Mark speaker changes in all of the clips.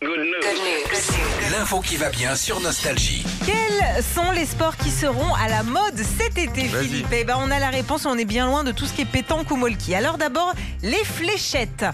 Speaker 1: Good news.
Speaker 2: L'info qui va bien sur Nostalgie.
Speaker 3: Quels sont les sports qui seront à la mode cet été,
Speaker 4: Vas-y.
Speaker 3: Philippe Eh ben, on a la réponse, on est bien loin de tout ce qui est pétanque ou molki. Alors d'abord, les fléchettes.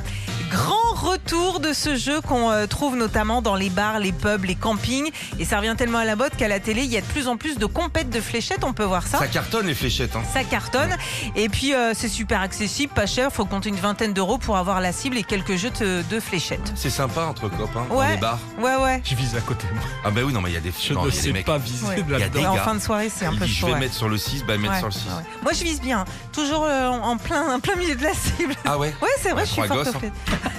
Speaker 3: Grand retour de ce jeu qu'on euh, trouve notamment dans les bars, les pubs, les campings. Et ça revient tellement à la mode qu'à la télé, il y a de plus en plus de compètes de fléchettes. On peut voir ça.
Speaker 4: Ça cartonne les fléchettes. Hein.
Speaker 3: Ça cartonne. Et puis, euh, c'est super accessible, pas cher. Faut compter une vingtaine d'euros pour avoir la cible et quelques jeux de- de fléchettes.
Speaker 4: C'est sympa entre copains, dans
Speaker 3: Ouais.
Speaker 4: les bars.
Speaker 3: Ouais, ouais.
Speaker 5: Je vise à côté, moi.
Speaker 4: Ah bah oui, non mais il y a des
Speaker 5: Je
Speaker 4: non,
Speaker 5: ne
Speaker 4: il y a des
Speaker 5: sais
Speaker 4: mecs.
Speaker 5: pas viser
Speaker 3: Ouais.
Speaker 4: Il y a des
Speaker 5: là-dedans.
Speaker 3: Et en
Speaker 4: gars,
Speaker 3: fin de soirée, c'est un
Speaker 4: Il
Speaker 3: peu
Speaker 4: dit, je
Speaker 3: chaud.
Speaker 4: vais
Speaker 3: ouais.
Speaker 4: mettre sur le 6, bah mettre
Speaker 3: Ouais,
Speaker 4: sur le 6.
Speaker 3: ouais. Moi, je vise bien. Toujours euh, en en plein, en plein milieu de la cible.
Speaker 4: Ah ouais
Speaker 3: Ouais, c'est vrai,
Speaker 4: Ouais,
Speaker 3: je suis
Speaker 4: trois
Speaker 3: forte
Speaker 4: gosses,
Speaker 3: au fait.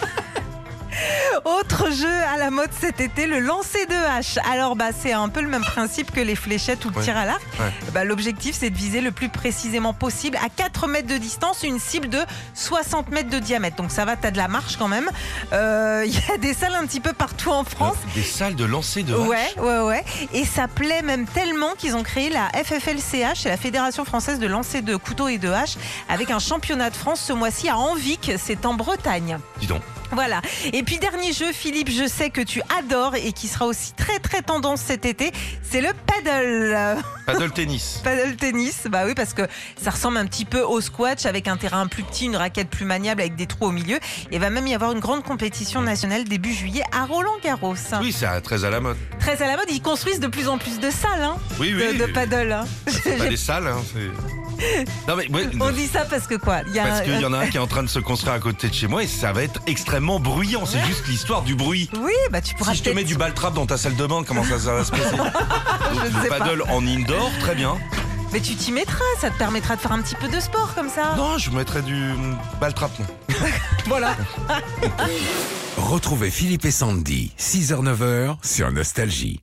Speaker 3: Autre jeu à la mode cet été, le lancer de hache. Alors, bah, c'est un peu le même principe que les fléchettes ou le
Speaker 4: Ouais.
Speaker 3: tir à l'arc.
Speaker 4: Ouais.
Speaker 3: Bah, L'objectif, c'est de viser le plus précisément possible à 4 mètres de distance une cible de 60 mètres de diamètre. Donc, ça va, t'as de la marche quand même. Euh, Il y a des salles un petit peu partout en France.
Speaker 4: Des salles de lancer de hache.
Speaker 3: Ouais, ouais, ouais. Et ça plaît même tellement qu'ils ont créé la FFLCH, c'est la Fédération française de lancer de couteaux et de haches, avec un championnat de France ce mois-ci à Anvic, c'est en Bretagne.
Speaker 4: Dis donc.
Speaker 3: Voilà. Et puis dernier jeu, Philippe, je sais que tu adores et qui sera aussi très très tendance cet été, c'est le paddle. Euh,
Speaker 4: Paddle tennis.
Speaker 3: Paddle tennis, bah oui, parce que ça ressemble un petit peu au squash avec un terrain plus petit, une raquette plus maniable avec des trous au milieu. Et va même y avoir une grande compétition nationale début juillet à Roland Garros.
Speaker 4: Oui, c'est à- très à la mode.
Speaker 3: Très à la mode, ils construisent de plus en plus de salles hein,
Speaker 4: Oui,
Speaker 3: de,
Speaker 4: oui.
Speaker 3: de paddle. hein.
Speaker 4: C'est pas des salles, hein. c'est- Non mais ouais,
Speaker 3: On dit euh, ça parce que quoi Il y a
Speaker 4: Parce
Speaker 3: un-
Speaker 4: qu'il y en a un qui est en train de se construire à côté de chez moi et ça va être extrêmement bruyant. C'est juste l'histoire du bruit.
Speaker 3: Oui, bah tu pourras
Speaker 4: Si je te
Speaker 3: peut-être-
Speaker 4: mets du baltrap dans ta salle de bain, comment ça, ça va se passer Donc,
Speaker 3: ne
Speaker 4: Du
Speaker 3: sais pas.
Speaker 4: paddle en indoor, très bien.
Speaker 3: Mais tu t'y mettras, ça te permettra de faire un petit peu de sport comme ça.
Speaker 4: Non, je mettrais du hum, baltrap. moi.
Speaker 2: Retrouvez Philippe et Sandy, 6h-9h sur Nostalgie.